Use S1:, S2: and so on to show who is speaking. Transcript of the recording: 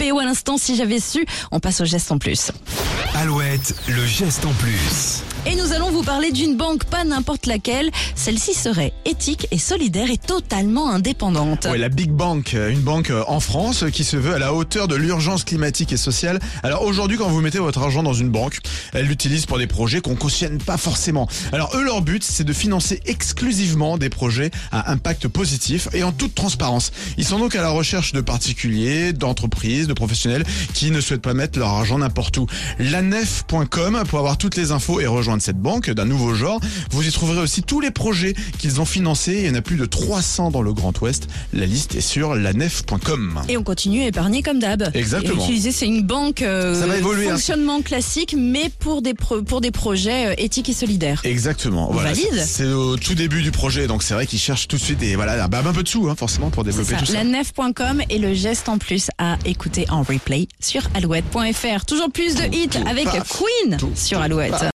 S1: PO à l'instant si j'avais su. On passe au geste en plus.
S2: Alouette, le geste en plus.
S1: Et nous allons vous parler d'une banque, pas n'importe laquelle. Celle-ci serait éthique et solidaire et totalement indépendante.
S3: Ouais, la Big Bank, euh, une banque euh, en France euh, qui se veut à la hauteur de l'urgence climatique et sociale. Alors aujourd'hui, quand vous mettez votre argent dans une banque, elle l'utilise pour des projets qu'on cautionne pas forcément. Alors eux, leur but, c'est de financer exclusivement des projets à impact positif et en toute transparence. Ils sont donc à la recherche de particuliers, d'entreprises, de professionnels qui ne souhaitent pas mettre leur argent n'importe où. Lanef.com pour avoir toutes les infos et rejoindre cette banque d'un nouveau genre. Vous y trouverez aussi tous les projets qu'ils ont financés. Il y en a plus de 300 dans le Grand Ouest. La liste est sur lanef.com.
S1: Et on continue à épargner comme d'hab.
S3: Exactement.
S1: Et Utiliser, c'est une banque euh,
S3: Ça va évoluer, hein.
S1: fonctionnement classique, mais pour des, pro- pour des projets euh, éthiques et solidaires.
S3: Exactement. Voilà,
S1: valide.
S3: c'est- C'est au tout début du projet, donc c'est vrai qu'ils cherchent tout de suite des voilà, bah, un peu de sous, hein, forcément, pour
S1: C'est
S3: développer
S1: ça,
S3: tout ça.
S1: la nef.com et le geste en plus à écouter en replay sur alouette.fr. Toujours plus de hits
S3: tout,
S1: avec
S3: paf,
S1: Queen
S3: tout,
S1: sur
S3: tout,
S1: Alouette.
S3: paf.